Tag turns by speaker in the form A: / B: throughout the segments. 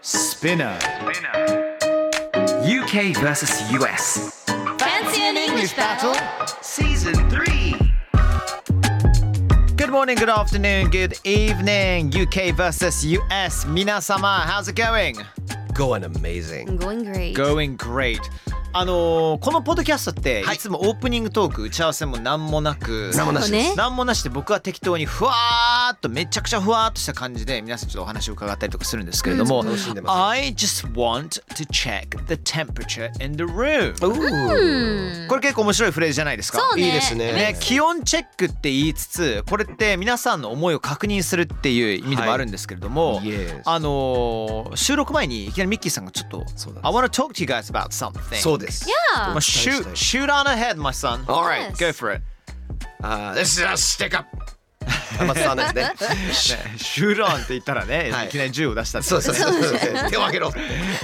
A: Spinner.
B: UK versus US.
C: Fancy an English battle
B: Season 3.
A: Good morning, good afternoon, good evening. UK versus US. Minasama, how's it going?
D: Going amazing.
C: Going great
A: Going great. あのーこのポッドキャストって、い、つもオープニングトーク打ち合わせも何もなく
D: 何もなしです
C: そうね
A: 何もなしで僕は適当にふわーっとめちゃくちゃふわーっとした感じで皆さんちょっとお話を伺ったりとかするんですけれども、
D: うん楽しんでま
A: I just want to check the temperature in the room
D: おー
A: これ結構面白いフレーズじゃないですか
C: そうね
D: いいですね。
A: ね、気温チェックって言いつつこれって皆さんの思いを確認するっていう意味でもあるんですけれども、
D: Yes
A: あのー収録前にいきなりミッキーさんがちょっと
D: そうだ
A: I wanna talk to you guys about something
D: そうです。
A: まあ shoot, shoot on ahead my son
D: All right.
A: go for it
D: あー、This is a stick up. あんま伝わんない ですね。
A: ね shoot on って言ったらね、
D: はい
A: い、きなり銃を出したって
D: そうそうそう。手を挙げろ。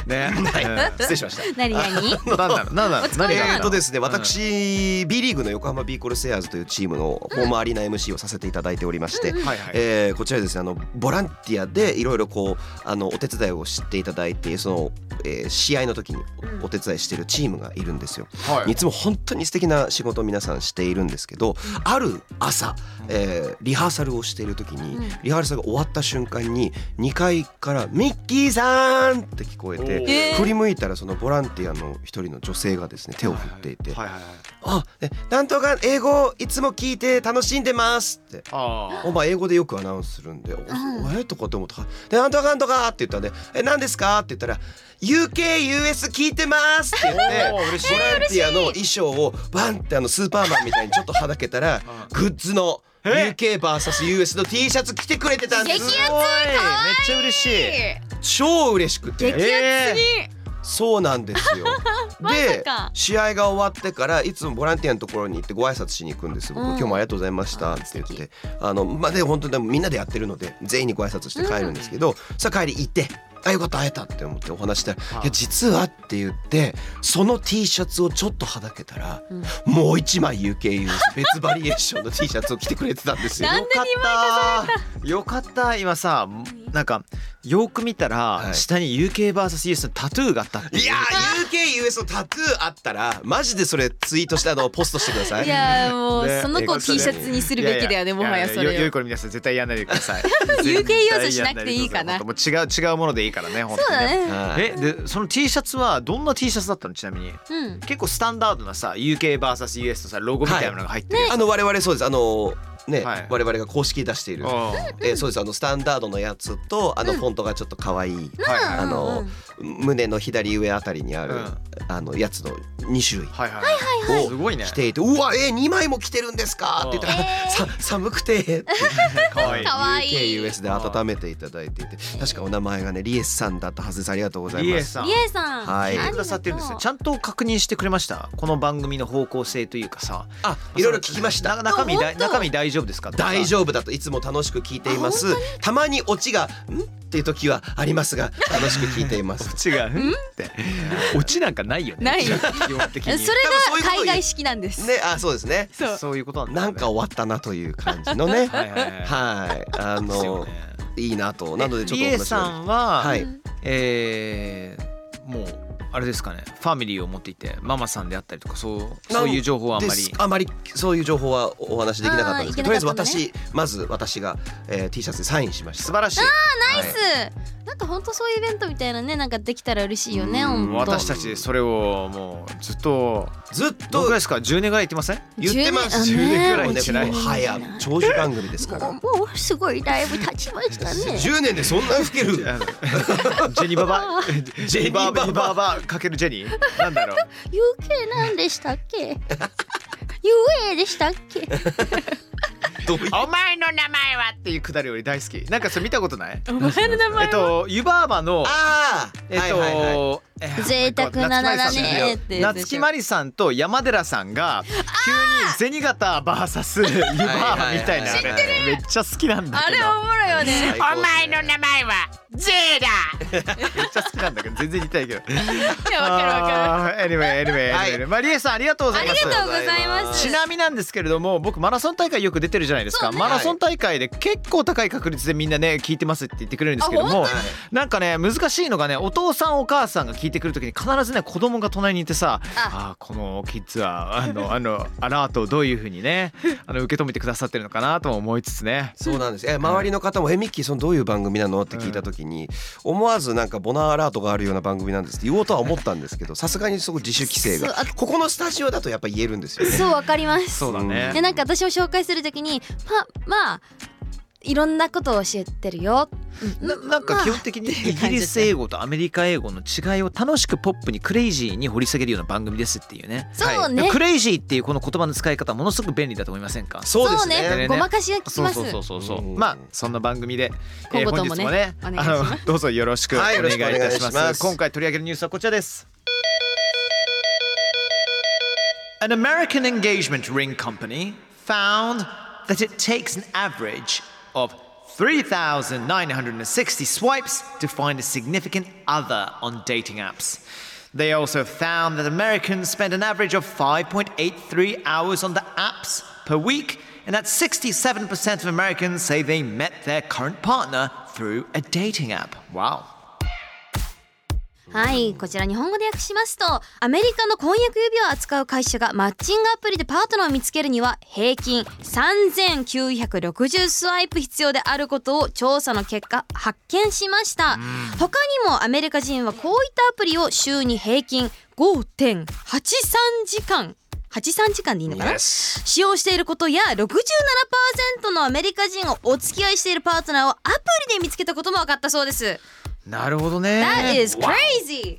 A: ね
D: はい。失礼しま した。
C: 何何
A: 何だろう何だろう何
D: え
A: が
D: ーっとですね、私 B リーグの横浜ビーコルセアーズというチームのホームアリーナ MC をさせていただいておりまして、
A: はいはい
D: えーこちらですねあのボランティアでいろいろこうあのお手伝いをしていただいてその、えー試合の時にお手伝いしているチームがいるんですよ。
A: はい
D: い、つも本当に素敵な仕事を皆さんしているんですけどある朝、えーリハーサルをしている時にリハーサルが終わった瞬間に2階から「ミッキーさん!」って聞こえ
A: お
D: て振り向いたらそのボランティアの一人の女性がですね手を振っていて
A: はいはいはい
D: あ、えなんとか英語いつも聞いて楽しんでますって。
A: あ
D: お前英語でよくアナウンスするんで、おえとかと思って、はいでなんとかなんとかって言ったんで、え何ですかって言ったら、UKUS 聞いてますって言って、
A: お
D: ボ
A: ー
D: ラ
A: 嬉しい
D: ンティアの衣装をバンってあのスーパーマンみたいにちょっと はだけたら、グッズの
A: え
D: UKVSUS の T シャツ着てくれてたんで
A: ー
D: す
A: す。ごいめっちゃ嬉しい
D: 超嬉しくて。
A: え
D: そうなんです よ。で試合が終わってからいつもボランティアのところに行ってご挨拶しに行くんですよ僕、今日もありがとうございました」って言ってあの、まあ、で本当にでもみんなでやってるので全員にご挨拶して帰るんですけど、さあ帰り行って。あよかった会えたって思ってお話ししたら「いや実は」って言ってその T シャツをちょっとはだけたら、もう一枚 UKU 別バリエーションの T シャツを着てくれてたんですよ。
A: よかったよかった今さなんかよく見たら、
D: い
A: 下に UKVS のタトゥーがあったっていう
D: いやー UKUS のタトゥーあったらマジでそれツイートしてあのポストしてください。
E: いやーもう、
A: ね
E: その子を
D: えーそれ
E: T シャツにするべきだよねもはやそ
A: いいよ
E: れ
A: い
E: を
A: これ皆さん絶対やんないでくだ さい
E: 有形要
A: 絶対やんでくだ
E: 素
A: さ
E: しなくていいかな
A: もう違う違うものでいいからね本
E: そう
A: 当に
E: だ
A: ね
E: ね
D: はい
A: えでその T シャツはどんな T シャツだったのちなみに
E: うん
A: 結構スタンダードなさ UKVS US のさロゴみたいなのが入ってる、
D: あの我々そうですあのね、
A: はい
D: 我々が公式で出している、
A: はい、
D: えーそうですあのスタンダードのやつとあのフォントがちょっと可愛い、
A: はい
D: あの胸の左上あたりにある、
A: うん
D: あのやつの2種類
A: はいはいはいはいすごいね
D: 着ていて「うわえー、2枚も着てるんですか!」って言ったら「さ寒くて」って
A: かわいい
E: かわいい
D: KUS で温めていただいていて確かお名前がねリエスさんだったはずですありがとうござい
A: リ
D: ま
A: エ
D: す。
A: さん
E: リエさん
D: はい
A: 聞いてくださってるんですよ
E: ありがとう
A: ちゃんと確認してくれましたこの番組の方向性というかさ
D: あいろいろ聞きました
A: な中身だ
E: あ本当
A: 中身大丈夫ですかとか
D: 大丈夫だといつも楽しく聞いていますたまにオチが「ん?」っていう時はありますが楽しく聞いています
A: オチがんってオチなんかないよね
E: ない
A: 基本的
E: そ
A: に
D: そう
E: れが
D: いうこと言う
E: 海外式なんです、
D: ね、あ、そうですね。
E: そう
A: そういうことなんだ
D: なんか終わったなという感じの
A: はいはい
D: ね。
A: はい
D: はい、あ
A: ですよ
D: の
A: ね、
D: いいなと、なので、ちょっ
A: リ
D: とお
A: エ
D: 話を
A: さんは、
D: はい
A: えーもうあれですかねファミリーを持っていてママさんであったりとかそう
D: なん
A: そういう情報はあんま
D: で
A: り
D: すあまりそういう情報はおお話しできなかったんですけど、とりあえ
E: あーいけ
D: ず
E: なかったの
D: 私、まず私が、えー、T シャツにサインしました。
A: 素晴らしい
E: ナイス、なんか本当そういうイベントみたいなねなんかできたら嬉しいよね
D: うん
E: 本当
A: 私たちそれをもうずっと
D: ずっ
A: どのくらい
D: と
A: ですか10年ぐらい行ってません
D: 言ってます。
E: 10年
A: 10年ぐらい
D: もう
A: 行ってない
D: ねもう 早長寿番組ですから。
E: もうもうすごいライブ立ちましたね
D: 10年でそんな老ける。
A: あのジェニーババジェニーババババかけるジェニーなんだろう
E: UK なんでしたっけ UA でしたっけ
D: どういう
A: お前の名前はっていうくだり俺大好きなんかそれ見たことない
E: お前の
A: え
E: 名前は
A: っと湯婆婆の
D: ああ
A: えっと、
D: はいはいはい
A: えー
E: 贅沢な名だねってやつでしょ
A: 夏木マリさんと山寺さんが急に銭形バーサス湯婆婆みたいな
D: はいはいはい知って
A: めっちゃ好きなんだ
E: あ
A: け
E: れ
A: ど
E: おもろいよね
D: 最高ですね
A: 前は J だめっちゃ好きなんだけど全然似たいけど
E: いやわかるわかる
A: あー anyway anyway
D: はい
A: anyway まあリエさんありがとうございます
E: ありがとうございます
A: ちなみなんですけれども僕マラソン大会よく出てるじゃないですか、
E: そうね
A: マラソン大会で結構高い確率でみんなね聞いてますって言ってくれるんですけど
E: あ
A: も
E: 本
A: なんかね難しいのがねお父さんお母さんが聞いてくるときに必ずね子供が隣にいてさあーこのキッズはあのあのアラートをどういうふうに ねあの受け止めてくださってるのかなとも思いつつね
D: そうなんです。え、周りの方も、え、ミッキー、そのどういう番組なのって聞いたときに。思わず、なんかボナーアラートがあるような番組なんですって言おうとは思ったんですけど、さすがにそこ自主規制が
E: そう。
D: ここのスタジオだと、やっぱ言えるんですよね。
E: そうわかります
A: そうだね
E: でなんか私を紹介するときにままあいろんなことを教えてるよ
A: ななんか基本的にイギリス英語とアメリカ英語の違いを楽しくポップにクレイジーに掘り下げるような番組ですっていうね
E: そうね
A: クレイジーっていうこの言葉の使い方ものすごく便利だと思いませんか
D: そうです
A: ね
D: ね。
E: ごまかしが効き
A: そう
E: ます
A: そうそうそうそう
D: うん
A: まあそんな番組で、え
E: 今後と
A: 本
E: も
A: 日
E: ね
A: もね
E: お願い
A: あ
E: します
A: のどうぞよろしくお
D: はいよ
A: 願
D: ろ
A: い
D: し
A: い
D: くお願い
A: たします,、
D: します
A: 今回取り上げるニュースはこちらです An American engagement ring company found that it takes an average of 3,960 swipes to find a significant other on dating apps. They also found that Americans spend an average of 5.83 hours on the apps per week, and that 67% of Americans say they met their current partner through a dating app. Wow.
E: はいこちら日本語で訳しますとアメリカの婚約指輪を扱う会社がマッチングアプリでパートナーを見つけるには平均3960スワイプ必要であることを調査の結果発見しました他にもアメリカ人はこういったアプリを週に平均5.83時間83時間でいいのかな、使用していることや67%のアメリカ人がお付き合いしているパートナーをアプリで見つけたことも分かったそうです。
A: なるほどね。
E: That is crazy!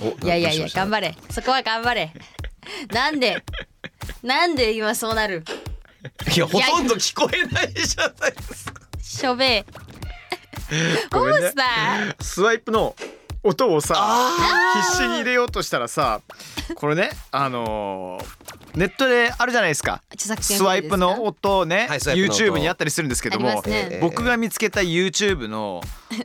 D: お
E: いやいや
D: どう
E: いや
D: しました
E: 頑張れそこは頑張れなんでなんで今そうなる
D: いや、ほとんど聞こえないじゃないですか。
E: しょべえ
A: ごめんね
E: What was that?
A: スワイプの音をさ必死に入れようとしたらさこれねあのーネットであるじゃないですか
E: 著作権
A: スワイプの音ね、
D: はいスワイプの音
A: YouTube にあったりするんですけど
E: あり
A: も
E: ま、すね
D: えー
A: 僕が見つけた YouTube の、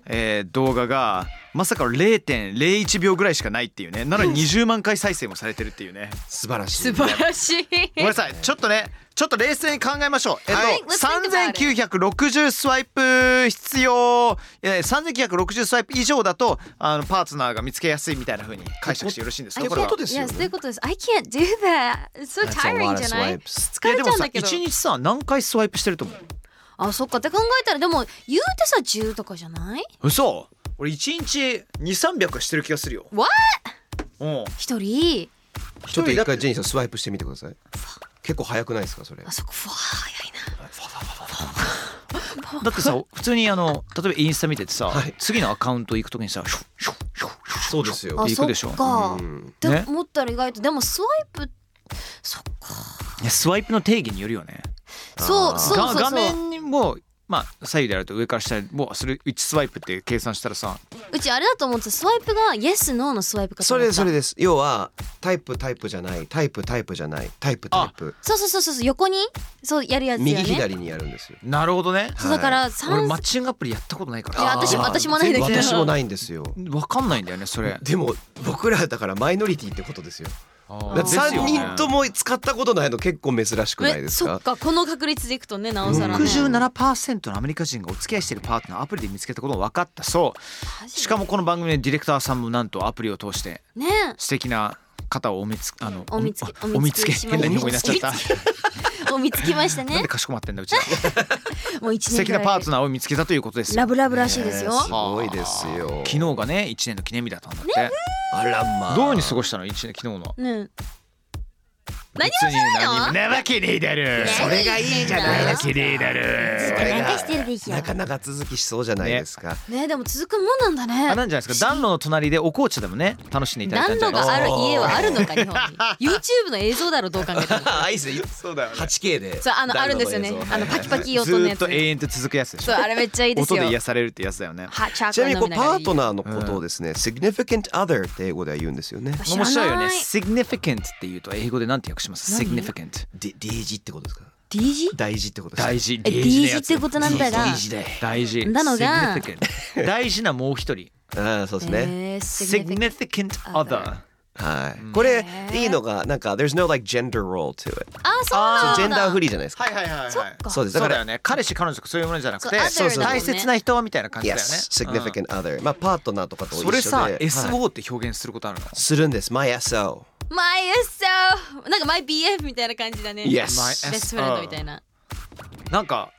A: えー動画がまさかの0.01秒ぐらいしかないっていうねなのに20万回再生もされてるっていうね
D: 素晴らしい。
E: 素晴らしい
A: ごめんなさいちょっとねちょっと冷静に考えましょう、えっと
D: はい
E: Let's
A: 3960スワイプ必要、えー、3960スワイプ以上だとあのパートナーが見つけやすいみたいな風に解釈してよろしいんですか
D: あ
A: これは
D: そういうことですよ
E: Yes
D: ね
E: そういうことです I can't do that It's so
D: That's a lot
E: tiring
D: of
E: じゃない
D: swipes
E: 疲れちゃうんだけ
A: いやでも
E: ど
A: さ1日さ何回スワイプしてると思う
E: あそっかって考えたらでも言うてさ10とかじゃない
A: 嘘俺1日2300はしてる気がするよ
E: What?
A: うん
E: 一人
D: ちょっと一回ジェニーさんスワイプしてみてください。結構早くないですかそれ
E: あ。そこふわー早いな
A: だってさ普通にあの例えばインスタ見ててさ、
D: はい
A: 次のアカウント行くときにさシュッシュッシュッシュッ
D: そうですよ
A: あ
E: あ
A: 行
E: そ
A: く
E: っ
A: でしょ
E: か
D: うん
E: って
A: ね
E: 思ったら意外とでもスワイプそっか
A: いやスワイプの定義によるよね
E: そうそうそう
A: が
E: そう
A: 画面にもまあ左右であると上から下にもうそれ1スワイプって計算したらさ
E: うちあれだと思ってたスワイプがイエスノーのスワイプかと
D: そ
E: 思っ
D: れ
E: た
D: それです。要はタイプタイプじゃないタイプタイプじゃないタイプタイプ
E: そうそうそうそうそう横にそうやるやつ
D: 右
E: やね
D: 左にやるんですよ。
A: なるほどね
E: そうだから
A: 俺
E: 三
A: マッチングアプリやったことないか
E: いや
A: ら
E: 私も私もないんだけど
D: 私もないんですよ。
A: 分かんないんだよねそれ
D: でも僕らだからマイノリティってことですよ。だって
E: ですよね
D: 三人とも使ったことないの結構珍しくないです
E: そっ
D: か。
E: かこの確率でいくとねなおさらね
A: 67%のアメリカ人がお付き合いしているパートナーをアプリで見つけたことも分かったそうしかもこの番組のディレクターさんもなんとアプリを通して
E: ね
A: 素敵な方をお見つあの
E: お見つけ
A: おお見つけ
E: お見つけしま
A: 変な日本語になっちゃった
E: お見つお見つきました
A: なん
E: ね
A: でかしこまってんだうち ら
E: もう一
A: 素
E: 年
A: 敵
E: ぐ
A: な
E: らい
A: パートナーを見つけたということですよ
E: ラブラブらしいですよ、
D: すごいですよ。
A: 昨日がね1年の記念日だったんだって
D: あらまあ。
A: どういうふうに過ごしたの一年昨日の
E: ね何もしないの
A: 生きにだる
D: それがいいじゃないです
A: きにだ
D: そ
A: る
F: な
D: れ
F: ん
D: が
F: かしてるでしょ
D: なかなか続きしそうじゃないですか、
E: ねでも続くもんなんだ
A: あ
E: ね
A: なんじゃないですか暖炉の隣でお紅茶でもね楽しんでいただいたん
E: 暖
A: じゃ
E: 炉
A: ないです
E: が
A: か
E: ある家はあるのか日本に YouTube の映像だろどう考えても
D: あ、いいですね。そうだよ、ね。8K で。
E: そうあのあるんですよねあのパキパキ音のやつ
A: ずーっと永遠と続くやつでし
E: そ
A: ょ
E: うあれめっちゃいいです
A: 音
E: よ
A: で癒されるってやつだよね
E: はチャー
D: ちな
E: ク
D: みにこうパート
E: ナー
D: ナーのことをですね、significant other って英語では言うんですよね。
E: 知
A: 面
E: らない
A: 白いよね significant っていうと英語でなんて訳します significant
D: で、大事ってことですか。
E: DG?
D: 大事ってことですか。
A: 大事
F: え
A: 大
F: D
A: 事な
F: 字
A: や
F: っ
A: つ
F: てことなんだが
D: 大事だよ。
A: 大事
E: なのが
A: significant 大事なもう一人
D: ああ、そうですね。
E: えー
A: significant
E: significant
A: other
D: はい。これいいのがなんか there's no like gender role to it。
E: あそうなんだ
D: ジェンダーフリーじゃないですか。
A: いはいはいはい
D: そうです。
A: そ
D: だ
A: う
D: か
A: だ
D: ら
A: よね彼氏彼女とかそういうものじゃなくて
E: そう other
A: そうそう
E: だもん
A: 大
E: ね
A: 切な人みたいな感じだよね
D: yes
A: うん
D: significant other。まあパートナーとかと一緒
A: そ
D: で。
A: れさ
D: はい
A: SO って表現することあるの
D: するんです。my so。
E: My SO なんか My BF みたいな感じだね
D: yes。
E: ベストフレンドみたいな
A: なんか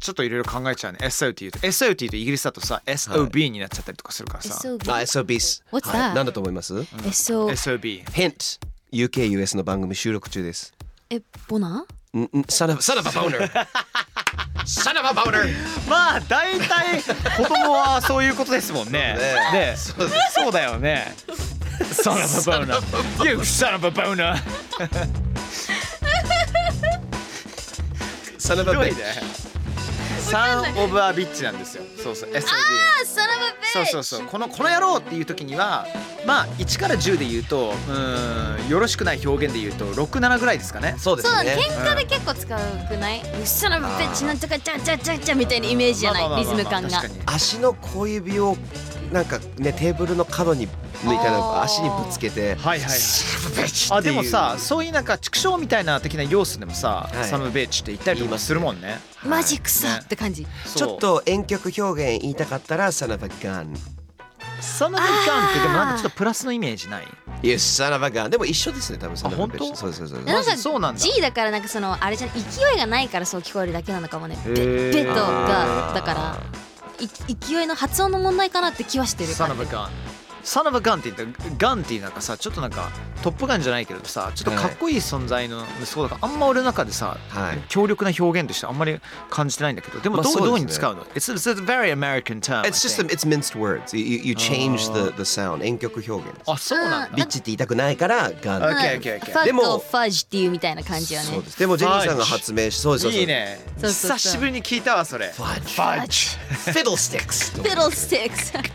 A: ちょっといろいろ考えちゃうね SOT と SOT とイギリスだとさ SOB になっちゃったりとかするからさ
F: SOB
D: あ、so b s
F: What's that？
D: なんだと思います
F: SO
A: SOB
D: ？hint。UK US の番組収録中です。
E: えボナ
D: んん son of son of a boner。son of a boner。
A: まあ大体子供はそういうことですもんね。ねそうだよね。Son of a boner. You son of a boner.
D: son
A: ひ
D: of
A: ど
D: a
A: いね
D: bitch。。
A: Son of a bitch なんですよ。そうそう。SOB。
E: あその
A: そ
E: ま
A: うそうそう。このこの野郎っていう時には、まあ1から10で言うと、うーんよろしくない表現で言うと6、7ぐらいですかね。
D: そうで
E: そう
D: す
E: だ
D: ね
E: ね。喧嘩で結構使うくないそのベッチなんちゃかちゃちゃちゃちゃみたいなイメージじゃ
A: まあ
E: な
A: ま
E: い
A: あ
E: リ
A: ま
E: ズ
A: あまあ
E: ム感が
A: 確かに
D: 足の小指をなんかねテーブルの角に抜いたの
E: あー
D: 足にぶつけ
A: は
D: て
A: いはいはい。あでもさ、そういうなんか畜生みたいな的な要素でもさ、
D: はい
A: サムベーチって言ったりとかするもんね。
E: マジクソって感じ
A: そう
D: ちょっと遠曲表現言いたかったら son of a gun
A: サムベガンってでもなんかちょっとプラスのイメージない。
D: yes son of a gun でも一緒ですね多分 son of a
A: 本当
D: bitch そうですそうですそうです
A: マ
E: な
A: ジそうなん
E: ん
A: だ
E: か G だからなんかそのあれじゃん勢いがないからそう聞こえるだけなのかもねベ
A: へー
E: ベッドがだからい勢いの発音の問題かなって気はしてる
A: サナバガン。サナバガンって言ったらガンっていうなんかさちょっとなんかトップガンじゃないけどさちょっとかっこいい存在の息子だからあんま俺の中でさ、
D: はい
A: 強力な表現としてあんまり感じてないんだけどでも
D: まあ
A: どう,、
D: そうですね
A: どうに使うの it's, it's a very American term I
D: it's just
A: think.
D: it's minced words you, you you change the the sound 遠曲表現
A: あそうなんだ
D: ビッチって言いたくないから gun
E: うん
A: OK OK
E: フ
A: OK
E: ァ
D: で
E: ッ
D: も
E: トファッジっていうみたいな感じは
D: そ
E: ね
D: うですでもジェニーさんが発明しそうですそうです
A: いいね
E: そうそうそう
A: 久しぶりに聞いたわそれフ
D: ァッジ
A: ァッジ
D: fiddlesticks
E: フィドルスティックス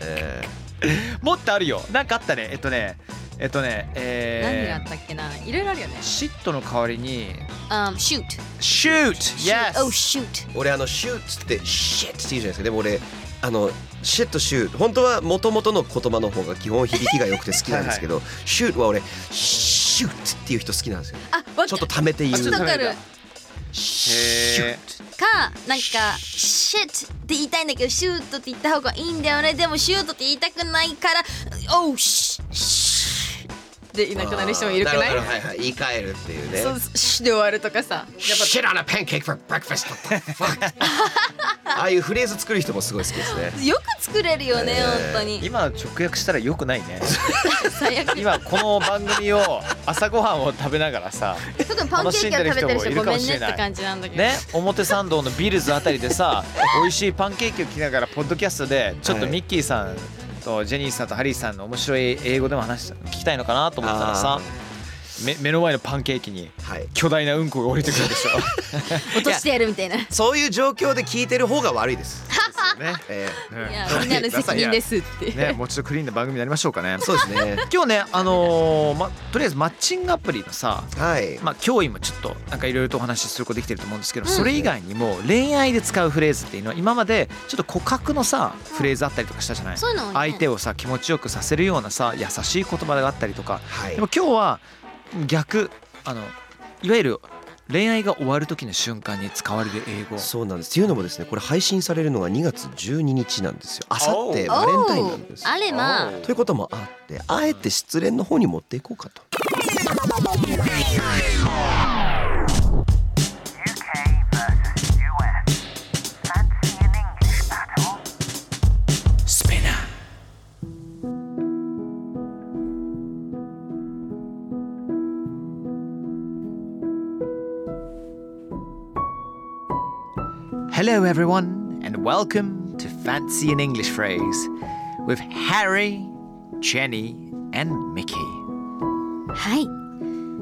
A: もっとあるよなんかあったねえっとねえっとね
E: 何
A: え
E: があっ
A: ー、
E: たっけないろいろあるよね
A: シットの代わりに
E: Um, shoot
A: shoot yes
E: Oh shoot
D: 俺あのシューつってシェッって言うじゃないですかでも俺あのシェッとシュー本当はもともとの言葉の方が基本響きが良くて好きなんですけどシューは俺シューっていう人好きなんですよ
E: あわ
D: ちょ
E: か
D: っと溜めて言
A: あちょっ
D: う
A: と溜
E: わ
A: めて
E: かる
D: シュー
E: かなんか「シェット」って言いたいんだけど「シュート」って言った方がいいんだよねでも「シュート」って言いたくないから「おうシッシッ」でいなくなる人もいるく
D: る
E: な
D: ほ
E: い
D: どはいはい言い換えるっていうね
E: そう「シ」で終わるとかさ
D: やっぱ shit on a pancake for breakfast What the fuck ああいうフレーズ作る人もすごい好きですね
E: よく作れるよね本当に
A: 今直訳したらよくないね
E: 最悪
A: 今この番組を朝ごはんを食べながらさ
E: 特にパンケーキを食べてる人ごめんねって感じなんだけど
A: ね表参道のビルズあたりでさ美味しいパンケーキを着ながらポッドキャストでちょっとミッキーさんとジェニーさんとハリーさんの面白い英語でも話し聞きたいのかなと思ったらさ
D: あ
A: め目の前のパンケーキに
D: はい
A: 巨大なうんこが降りてくるでしょ。
E: 落としてやるみたいない
D: そういう状況で聞いてる方が悪いです、
A: ね
D: え
E: やみんなの責任ですって
A: ね、もうちょっとクリーンな番組になりましょうかね
D: ー。そうですね
A: 今日ね、あのーま、とりあえずマッチングアプリのさ、
D: はい
A: まあ、脅威もちょっとなんかいろいろとお話しすることできてると思うんですけど、それ以外にも恋愛で使うフレーズっていうのは今までちょっと告白のさフレーズあったりとかしたじゃない、
E: そういうのね
A: 相手をさ気持ちよくさせるようなさ優しい言葉があったりとか
D: はい
A: でも今日は逆あのいわゆる恋愛が終わる時の瞬間に使われる英語
D: そうなんです。というのもですね、これ配信されるのが2月12日なんですよ。あさってバレンタインなんです。
E: あれまあ
D: ということもあって、あえて失恋の方に持っていこうかと。
B: UK versus US. Fancy an English battle?
A: スペナー Hello, everyone, and welcome to Fancy an English Phrase with Harry, Jenny, and Mickey.
E: はい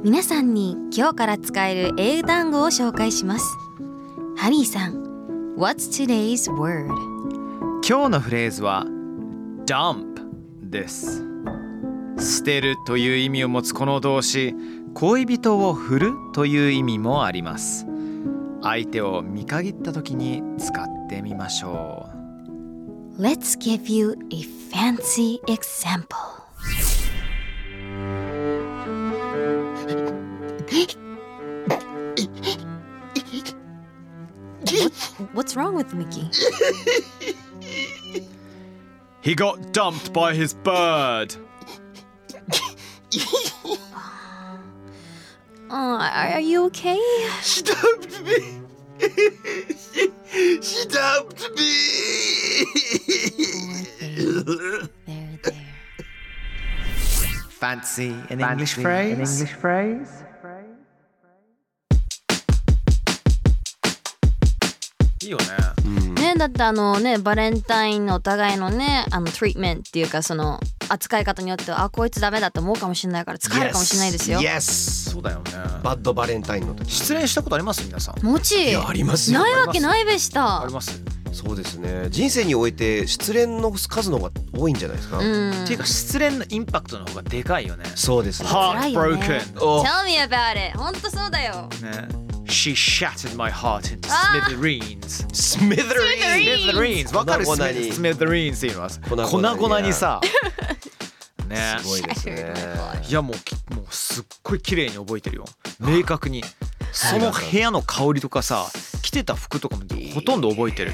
E: 皆さんに今日から使える英単語を紹介しますハリーさん What's today's word?
A: 今日のフレーズは dump です捨てるという意味を持つこの動詞恋人を振るという意味もあります相手を見限った時に使ってみましょ
E: Let's give you a fancy example え What's wrong with Mickey?
A: う He got dumped by his bird
E: Uh, are you okay?
D: She dumped me. she, she dumped me.
E: There, there.
A: Fancy an English phrase? phrase? いいよね
E: ねだってあのねバレンタインのお互いのねあのトリートメントっていうかその扱い方によってはあこいつダメだと思うかもしれないから使えるかもしれないですよ。
D: Yes.
A: そうだよね
D: バッドバレンタインの時。
A: 失恋したことあります皆さん
E: もち
D: いやありますよ
E: ないわけないべし
A: あ
E: た
A: り。ます
D: そうですね。人生において失恋の数の方が多いんじゃないですか。
E: うん。
A: っていうか失恋のインパクトの方がでかいよね
D: そうですね。
E: 辛いよね
A: Heartbroken
D: お
E: Tell me about it。本当そうだよ。
A: ね She shattered my heart into
E: あ
A: smithereens
D: スミドリーン
A: Smithereens わかる
D: 粉々に
A: Smithereens って言います粉
D: 粉々に
A: 々にさね
D: すごいですね。
A: いやもうきもうすっごい綺麗に覚えてるよ明確にその部屋の香りとかさ着てた服とかもほとんど覚えてる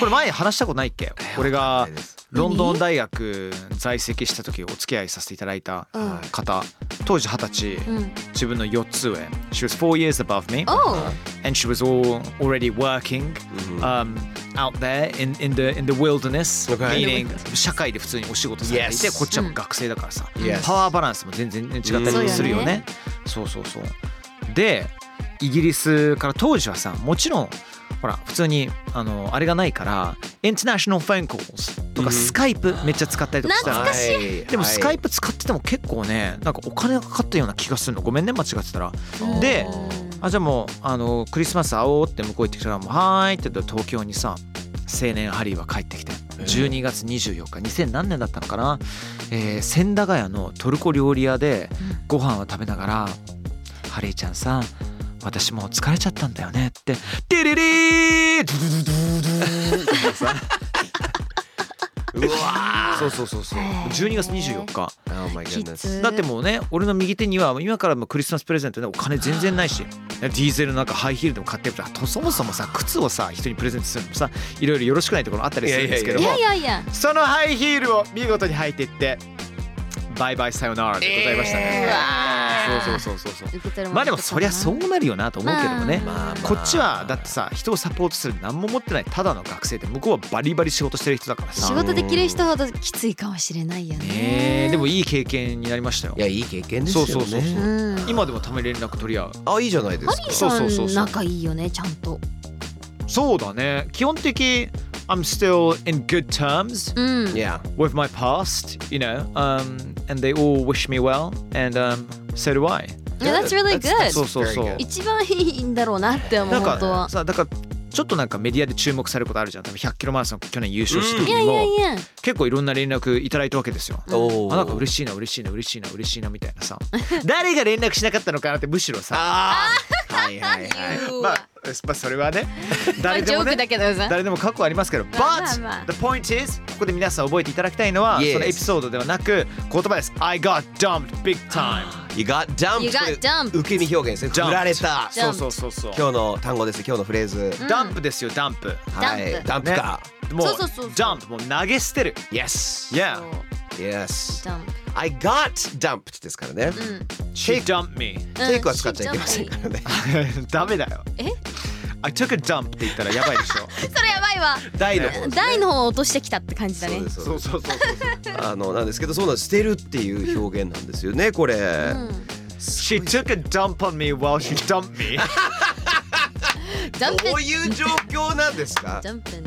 A: これ前話したことないっけ俺がロンドン大学在籍した時お付き合いさせていただいた
E: うん
A: 方当時二十歳
E: うん。
A: 自分の4つ上 She was four years above me
E: Oh.
A: and she was all already working、um, out there in, in, the, in the wilderness、
D: Okay.
A: meaning 社会で普通にお仕事されていて、
D: Yes.
A: こっちはもう学生だからさ、
D: Yes.
A: パワーバランスも全然違ったりするよね、そうそうそうでイギリスから当時はさもちろんほら普通にあのあれがないからインターナショナルフォンコールとかスカイプめっちゃ使ったりとかしたの
E: 懐かしい
D: い
A: でもスカイ
D: プ
A: プ使ってても結構ねなんかお金がかかったような気がするのごめんね間違ってたらであじゃあもうあのクリスマス会おうって向こう行ってきたら「もうはーい」って言って東京にさ青年ハリーは帰ってきて12月24日2000何年だったのかな、えー千駄ヶ谷のトルコ料理屋でご飯を食べながら「ハリーちゃんさ私もう疲れちゃったんだよね」って「デレレ ー!」ドゥドゥドゥドゥドゥってさ
D: うわ
A: そうそうそうそう
E: へー
A: 12月24日。
D: ー Oh my
E: キ
D: goodness
E: ツ。
A: だってもうね俺の右手には今からもクリスマスプレゼントでお金全然ないしディーゼルなんかハイヒールでも買ってるからとそもそもさ靴をさ人にプレゼントするのもさいろいろよろしくないところあったりするんですけど
E: い
A: も
E: やいやいや。
A: そのハイヒールを見事に履いていってバイバイさよならでございましたね、そうそうそうそうそう
E: 受け取るもの
A: まあでもそりゃそうなるよなと思うけどもね、
D: まあまあ
A: こっちはだってさ人をサポートする何も持ってないただの学生で向こうはバリバリ仕事してる人だから
E: 仕
A: さ
E: 事できる人ほどきついかもしれないよ
A: ねえ
E: ね。
A: でもいい経験になりましたよ
D: いやいい経験ですよね。
A: そうそうそうそう
E: うん。ハ
A: 今でもたまに連絡取り合う
D: あいいじゃないですか。
E: リー
A: そうそうそう
E: さ
A: そうん
E: 仲いいよねちゃんと。
A: そうだね。基本的 I'm still in good terms
E: うん。
D: Yeah.
A: with my past, you know, um, and they all wish me well, and um, so do I.
E: Yeah, that's really good.
A: そうそうそう
D: very good.
E: 一番いいんだろうなって思
A: な
E: うん本当
A: か
E: は。
A: さ、だからちょっとなんかメディアで注目されることあるじゃん。多分100キロマラソン去年優勝した時
E: いや
A: に
E: いや
A: も
E: いや。
A: 結構いろんな連絡いただいたわけですよ。
D: おー
A: あなんか嬉しいな嬉しいな嬉しいな嬉しいなみたいなさ誰が連絡しなかったのかなってむしろさ
D: ああ。はいはいはい。
E: う
A: ま
E: わ
A: あ、まあそれはね誰でもね
E: ジョークだけどさ
A: 誰でも過去ありますけど But
E: まあまあまあ
A: the point is ここで皆さん覚えていただきたいのは、
D: Yes
A: そのエピソードではなく言葉です I got dumped big time
D: You got dumped.
E: You got dumped
D: 受け身表現で す
A: Dumped
D: ね。振られた。
A: そうそうそうそう
D: 今日の単語です。今日のフレーズ。
A: ダンプですよダンプ
D: はい。
E: Dump
D: ダンプか。
A: も
E: そうそうそうそう
A: ダンプもう投げ捨てる
D: Yes.
A: Yeah
D: Yes.
E: ダンプ
D: I got dumped ですからね。
A: She dumped me
D: テイクは使っちゃいけませんからね。
A: ダメだよ
E: え
A: I took a dump って言ったらやばいでし ょ
E: それやばいわ
D: 大の方ですね
E: 台の方を落としてきたって感じだ
D: そう
E: ね
D: ですそう
A: そう
D: で
A: そ
D: す
A: うそうそう
D: あのなんですけどそうなんです捨てるっていう表現なんですよねこれ、
A: She took a dump on me while she dumped me
E: ジャンペン
D: どういう状況なんですか
E: ジャンペン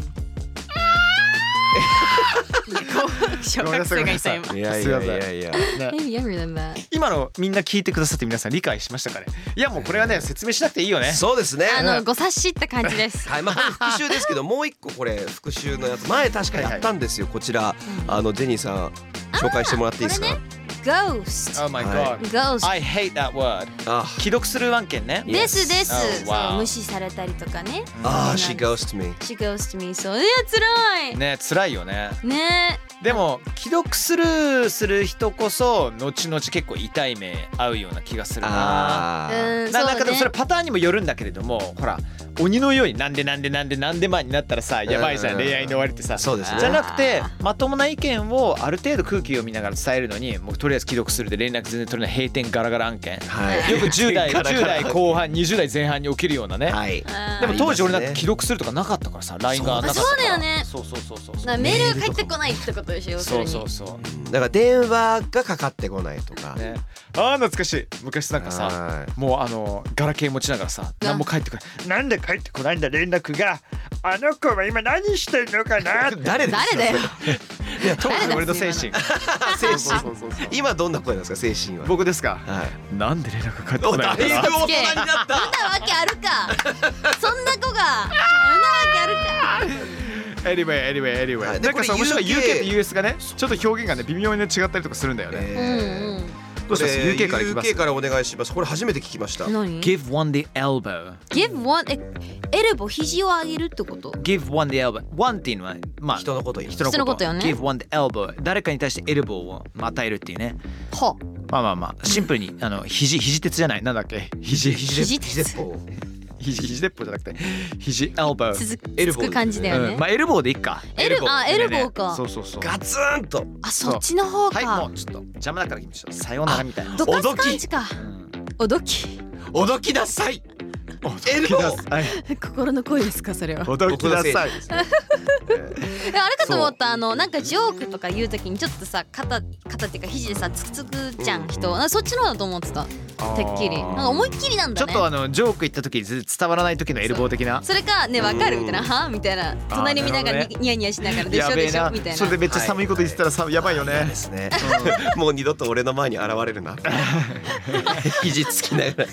A: 小学生がいた今
D: いやいやいやいや
A: ね
E: Maybe younger than that
A: 今のみんな聞いてくださって皆さん理解しましたかねいやもうこれはね説明しなくていいよね
D: そうですね
E: あのご察しって感じです
D: はいまあ、これ復習ですけどもう一個これ復習のやつ前確かやったんですよこちらあのジェニーさん紹介してもらっていいですか
E: これね Ghost
A: Oh my
D: は
A: god
E: Ghost
A: I hate that word
D: あ
A: 既読する案件ね
E: ですです、
A: Oh, wow.
E: そう無視されたりとかね
D: あー she ghosted me
E: She goes to me そういや辛いね
A: ね辛いよね
E: ね
A: でも既読スルーする人こそ後々結構痛い目合うような気がするな
E: う
D: あ
E: んそうね
A: ななんかでもそれパターンにもよるんだけれどもほら鬼のようになんでなんでなんでなんで前になったらさやばいじゃん
D: うんうんうん
A: 恋愛の終わりってさ
D: そうですね
A: じゃなくてまともな意見をある程度空気読みながら伝えるのにもうとりあえず既読するで連絡全然取れない閉店ガラガラ案件
D: ーはい
A: よく10代
D: ガラガ
A: 10
D: ラ
A: 代後半20代前半に起きるようなね、
D: はい
E: あー
A: でも当時俺なんか
D: ありますね
A: 既読するとかなかったからさ LINE がなかったから
E: そうだよね
A: そうそうそうそう
E: だからメールが返ってこないってことでしょ要す
A: そ
E: る
A: う
E: に
A: そうそう
D: だから電話がかかってこないとか
A: ね、ああ懐かしい昔なんかさ
D: はい
A: もうあのガラケー持ちながらさ何も返ってこないなんで返ってこないんだ連絡があの子は今何してんのかな
D: 誰ですか
E: 誰だよ
A: 当時の俺の精神精神
D: 今どんな声なんですか精神は
A: 僕ですか
D: はい
A: なんで連絡返って
D: お
A: こな
D: だ
A: いい
D: ぶ
A: んだ
D: 大
A: な
D: 人になった
E: そんなわけあるかそんな子がそんなわけあるか
A: Anyway anyway
D: は
A: anyway
D: い
A: なんかさ
D: で
A: 面
D: これ
A: 白い
D: UK
A: UK と US がねちょっと表現がね微妙に違ったりとかするんだよね
E: うんうん
A: どうします UK からいきます
D: UK からお願いしますこれ初めて聞きました
E: 何
A: Give one the elbow
E: Give one えエルボ肘を上げるってこと
A: Give one the elbow one っていうのはまあ
D: 人のこと言います
A: 人のこと
E: 人のことよね
A: Give one the elbow 誰かに対してエルボーをまたえるっていうね
E: は
A: まあまあまあシンプルにあの肘肘鉄じゃないなんだっけ肘肘
D: 肘
E: 肘鉄
D: 鉄砲
A: 肘肘鉄砲じゃなくて肘エルボー
E: 続く
D: エルボー
E: 続く感じだよ
A: う
E: ね
A: んまあエルボーでいっか
E: エルあエルボーか
A: そうそうそう
D: ガツンと
E: あそっちの方
A: はいも
E: か
A: うちょっと邪魔だから君ちょっとさようならみたいな
E: どかす
D: おど
E: 感
D: き
E: じかおどき
D: おどきなさいエルボー
A: はい
E: 心の声ですかそれは
A: 驚きなさい
E: えあれかと思ったあのなんかジョークとか言うときにちょっとさ肩肩っていうか肘でさつくつくじゃん人あそっちの方だと思ってたてっきりなんか思いっきりなん
A: ちょ
E: だ
A: っ
E: ね
A: とあのジョーク言った時に全然伝わらない時のエルボー的な
E: それかねわかるみたいなはみたいな隣見ながら
A: なるほ
E: にニヤニヤしながらでしょでしょみたい
A: そ
E: な
A: れでめっちゃ寒いこと言ってたらさやばいよね
D: ですね。もう二度と俺の前に現 れるな。肘つきながら。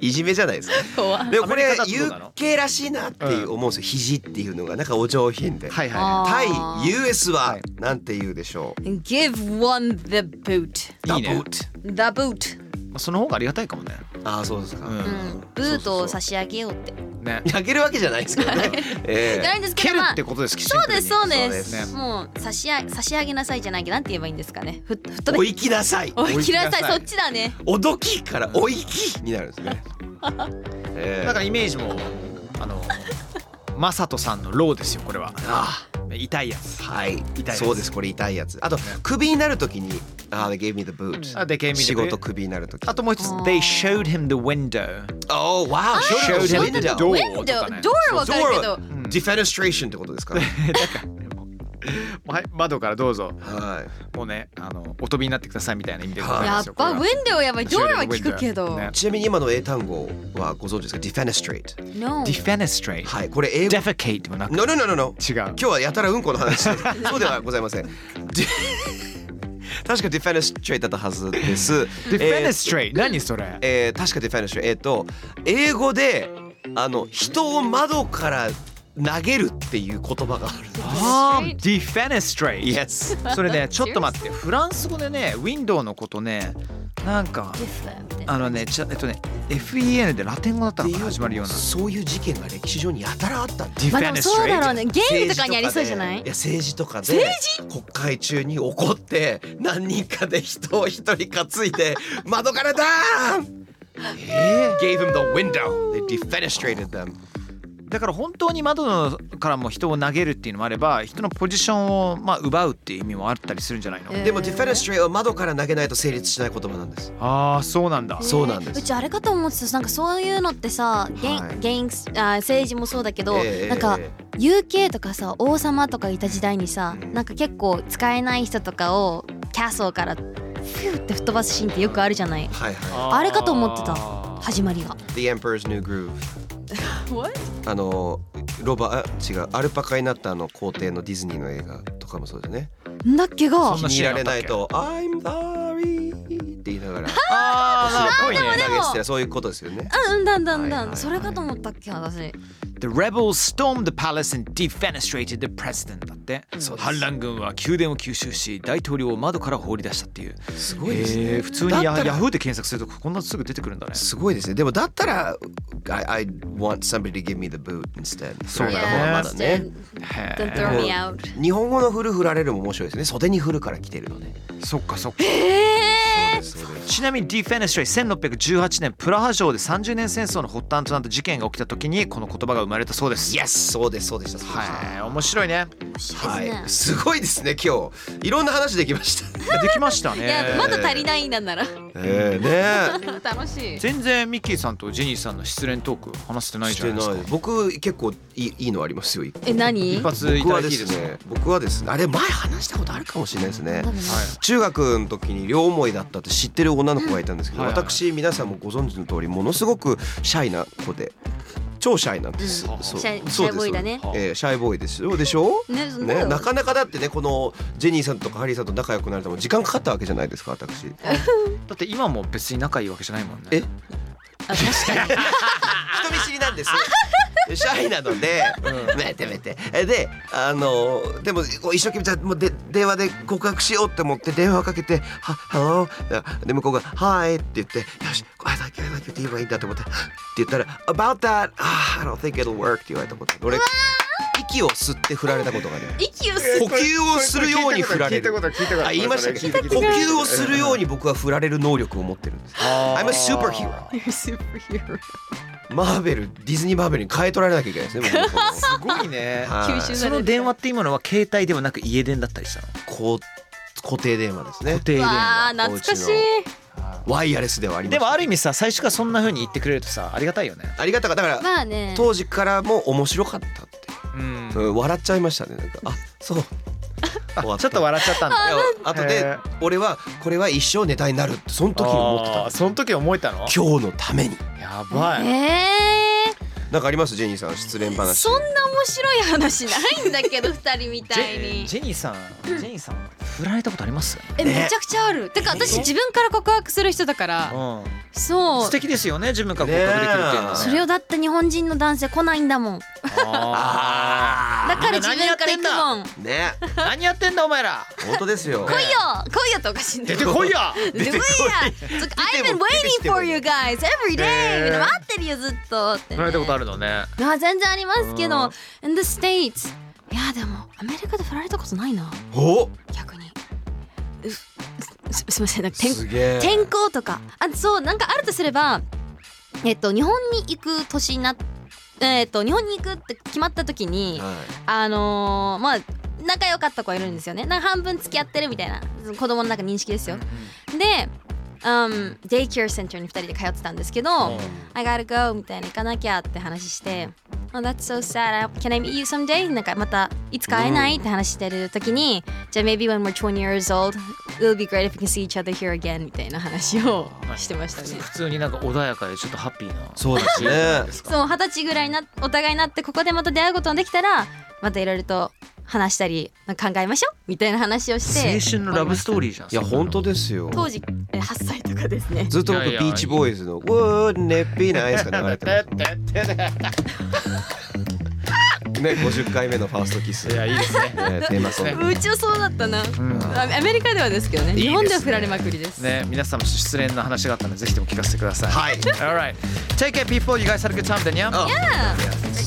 D: いじめじゃないですか。
E: 怖い
D: でもこ
A: アメ
D: れ
A: リカだとどうなの
D: UK らしいなっていう思うんですよ。肘っていうのがなんかお上品で。
A: はいは
E: あ
D: 対
E: ー
D: US
A: は
D: はいなんて言うでしょう。
E: Give one the boot
A: いいいね
D: About
E: the boot
A: まあその方がありがたいかもね
D: ああそうですか。
A: うん
E: うんブートを差し上げようって
A: ね
D: あげるわけじゃないですけどね。
E: じ
D: え
E: ゃないんですけ
A: 蹴
E: ど
A: る
E: ま
A: っ
E: あ
A: てことですき
E: そうですそうで
D: そうですす
E: もう差し上げ差し上げなさいじゃないけどなんて言えばいいんですかねふふっ
D: え
E: とで
D: お行きなさい。
E: おいきな
A: おいきな
E: さ
A: さ
E: い
A: い
E: そっちだね
D: おどきからお行きになるんです ね。え
A: だ
D: え
A: からイメージもあの マサトさんのローですよこれは
D: あ
A: 痛いやつ
D: あはい
A: いやつ
D: そうですこれ痛いやつあとクビになるときにああ they gave me the boot
A: あでケミ
D: 仕事クビになるとき
A: あともう一つ
E: あー
A: They showed him the window
D: Oh, wow. Showed
A: Showed
D: him
A: him the
D: window.
A: door
E: ウェンド
A: とかね
E: ドアはわかるけど
D: Door defenestration ってことですか。
A: はい窓からどうぞ
D: は
A: もうねあのお飛びになってくださいみたいな意味でござい
D: ドア
A: ま
E: や
A: すよ
E: っぱウ
A: こ
E: ェ
A: れは
E: ンドはやばいドアは聞くけど
A: ね
D: い。ちなみに今の英単語はご存知ですか ?defenestrate。
E: No
A: Defenestrate
D: はい、これ英語。
A: Defecate もなく
D: No, no, no, no, no.
A: 違う
D: 今日はやたらうんこの話です。そうではございません。 で確か defenestrate だったはずです。
A: Defenestrate 何それ
D: えー、確か defenestrate。えっ、と、英語で、あの、人を窓から投げるっていう言葉 がある。
A: あー Defenestrate
D: Yes.
A: それねちょっと待ってフランス語でねウィンドウのことねなんかあのねちょえっとね FEN でラテン語だったのかな始まるような
D: そういう事件が歴史上にやたらあったんです
E: まあでもそうだろうねゲームとかにありそうじゃない
D: いや政治とかで国会中に怒って何人かで人を一人担い で窓からダーン gave him the window they defenestrated them
A: だから本当に窓のからも人を投げるっていうのもあれば人のポジションをまあ奪うっていう意味もあったりするんじゃないの、
E: えー
D: でも defenestrate は窓から投げないと成立しない言葉なんです
A: ああそうなんだ
D: そうなんです
E: うちあれかと思ってたなんかそういうのってさゲン、
D: はい
E: ゲンあ政治もそうだけど、
D: ええ
E: なんか
D: え
E: UK とかさ王様とかいた時代にさ、なんか結構使えない人とかをキャスルからフューって吹っ飛ばすシーンってよくあるじゃない
D: はいは
E: あれかと思ってた始まりが
D: い The Emperor's New Groove
F: What?
D: あのロバあ違うアルパカになったあの皇帝のディズニーの映画とかもそうですね
E: んだっけが
D: 気に入られないと「I'm sorry」って言いながら
A: あー、すごいね。
D: 投げ捨てたそういうことですよね
E: うんうんだんだん
D: はいは
E: だ
D: いは
E: ん
D: い
E: それかと思ったっけ私
A: The rebels stormed the palace and defenestrated the president だって、反乱軍は宮殿を吸収し大統領を窓から放り出したっていうすごいですね、えー普通に
D: だっ
A: ヤ
D: たら
A: ヤフーで検索するとこんなすぐ出てくるんだね
D: すごいですねでもだったら「I, I want somebody to give me the boot instead」
A: そうだね
D: まあまだね
E: Don't throw me out
D: 日本語の「振る振られる」も面白いですね袖に振るから来てるのね
A: そっかそっか
E: えー
D: そうです
A: ちなみに Defenestrate 1618年プラハ城で30年戦争の発端となった事件が起きた時にこの言葉が生まれたそうです、
D: Yes そうですそうでしたそうでした
A: はい面白いね
D: は
E: ですね
D: い、すごいですね今日いろんな話できました
A: できましたね
E: いやまだ足りないなんなら
D: ええね
F: 楽しい。
A: 全然ミッキーさんとジェニーさんの失恋トーク話してない
D: し
A: じゃな
D: て
A: いです
D: な
A: か
D: い僕結構いいいいのありますよ
E: え何
A: 一発い
D: 僕
A: ただ
D: はいで
A: ていい
D: す
A: ですか
D: ね僕はですねあれ前話したことあるかもしれないですね
E: 多分ね
D: 中学の時に両思いだったって知ってる女の子がいたんですけど、
A: うんはいはい
D: 私皆さんもご存知の通りものすごくシャイな子で超シャイなんです、
A: うん
D: そう
E: シャイ
D: そうです
E: シャイボーイだね
D: そうですえーシャイボーイですよでしょ
E: ねそうだ
D: ね、
E: よ
D: なかなかだってねこのジェニーさんとかハリーさんと仲良くなるために時間かかったわけじゃないですか私
A: だって今も別に仲いいわけじゃないもんね
D: え人見知りなんですシャイなので、めてめてえであのでもこう一生懸命じゃあもうで電話で告白しようって思って電話かけて「はハロー」で向こうが「はい」って言って「よしこれだけだけって言えばいいんだ」と思ってって言ったら「about that、ah, I don't think it'll work」って言われたこと俺息を吸って振られたことがね
E: 息を吸
D: 呼吸をするように振られるあ言いましたね呼吸をするように僕は振られる能力を持ってるんです I'm a superhero
F: Superhero
D: マーベルディズニーマーベルに変え取られなきゃいけないですね僕のことを
A: すごいね
D: はい
F: 吸収
A: その電話って今のは携帯ではなく家電だったりしたの
D: こう固定電話ですね
A: 固定電
E: わ
A: 話
E: あ懐かしい
D: ワイヤレスではありま
A: で
D: せん
A: もある意味さ最初からそんな風に言ってくれるとさありがたいよね
D: ありがたかっただから、
E: まあね
D: 当時からも面白かったって、
A: うん
D: うん、笑っちゃいましたねなんかあそう終わ
A: ちょっと笑っちゃったんだ
D: いやあと
A: へ
D: で
A: ー
D: 俺はこれは一生ネタになるってその時に思ってたん
A: あー
D: です
A: その時思えたの
D: 今日のために
A: やばい
E: えー
D: なんかありますジェニーさん失恋話
E: そんな面白い話ないんだけど二人みた
A: ジ
E: い
A: ェ
E: に
A: ジェニーさんジェニーさん振られたことあります
E: えめちゃくちゃあるてか私自分から告白する人だから
A: うん
E: そう
A: 素敵ですよね自分から告白できるっていうのはね
D: ねえ
E: それをだって日本人の男性来ないんだもん
A: あ
E: だから自分から行くもん来
D: ね
A: ー何やってんだお前ら
D: 本当ですよ
E: いよ来いよっておかしいんだ
A: 出
E: よ
A: てこいや
E: 出てこいや It's like, I've
D: 出て
E: been
D: も
E: waiting for you guys every
A: えー
E: day みたいな待ってるよずっとって、
A: 振られたことあるのね
E: あ全然ありますけ
A: う
E: ど
A: ん
E: In the States いやでもアメリカで振られたことないな
D: お
E: 逆にうすすすいませんなんか転
D: すげえ
E: 転校とかあそうなんかあるとすればえっと日本に行く年になえっと日本に行くって決まった時に
D: は
E: あのーまあ仲良かった子がいるんですよねなんか半分付き合ってるみたいなその子供の中認識ですよで、um,デイケアセンターに2人で通ってたんですけど、I gotta go みたいな行かなきゃって話して、Oh, that's so sad. Can I meet you someday? なんかまたいつか会えない、って話してる時に、じゃあ maybe when we're 20 years old, it'll be great if we can see each other here again みたいな話をしてましたね。
A: 普通になんか穏やかでちょっとハッピーな
D: そうですね
E: そう二十歳ぐらいになお互いになってここでまた出会うことができたらまたいろいろと話したりなんか考えましょうみたいな話をして
A: 青春のラブストーリーじゃん
D: いや本当ですよ
E: 当時えー8歳とかですね
D: ずっと僕
A: いやい
D: ビ
A: や
D: ーチボーイズの「Wouldn't it be nice」が流れてましたね、50回目のファーストキス。
A: いやいいですね
D: ねテーマソング。
E: うちはそうだったな、あアメリカではですけどね
A: いいですね
E: 日本では振られまくりです
A: ね、皆さんも失恋の話があったのでぜひとも聞かせてください。
D: はい
A: Alright. Take care, people. You guys had a good time, didn't you?
D: Oh.
E: Yeah.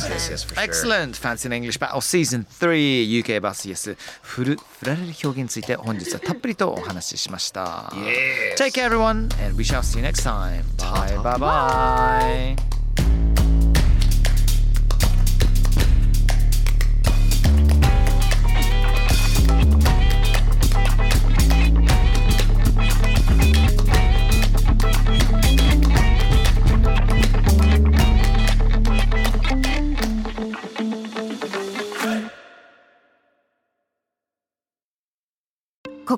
D: Yes, yes, for sure.
A: Excellent! Fancy in English Battle Season 3 UK vs. Yes 振る振られる表現について本日はたっぷりとお話ししました。
D: Yes.
A: Take care everyone and we shall see you next time. Bye bye bye.
C: Spotify こ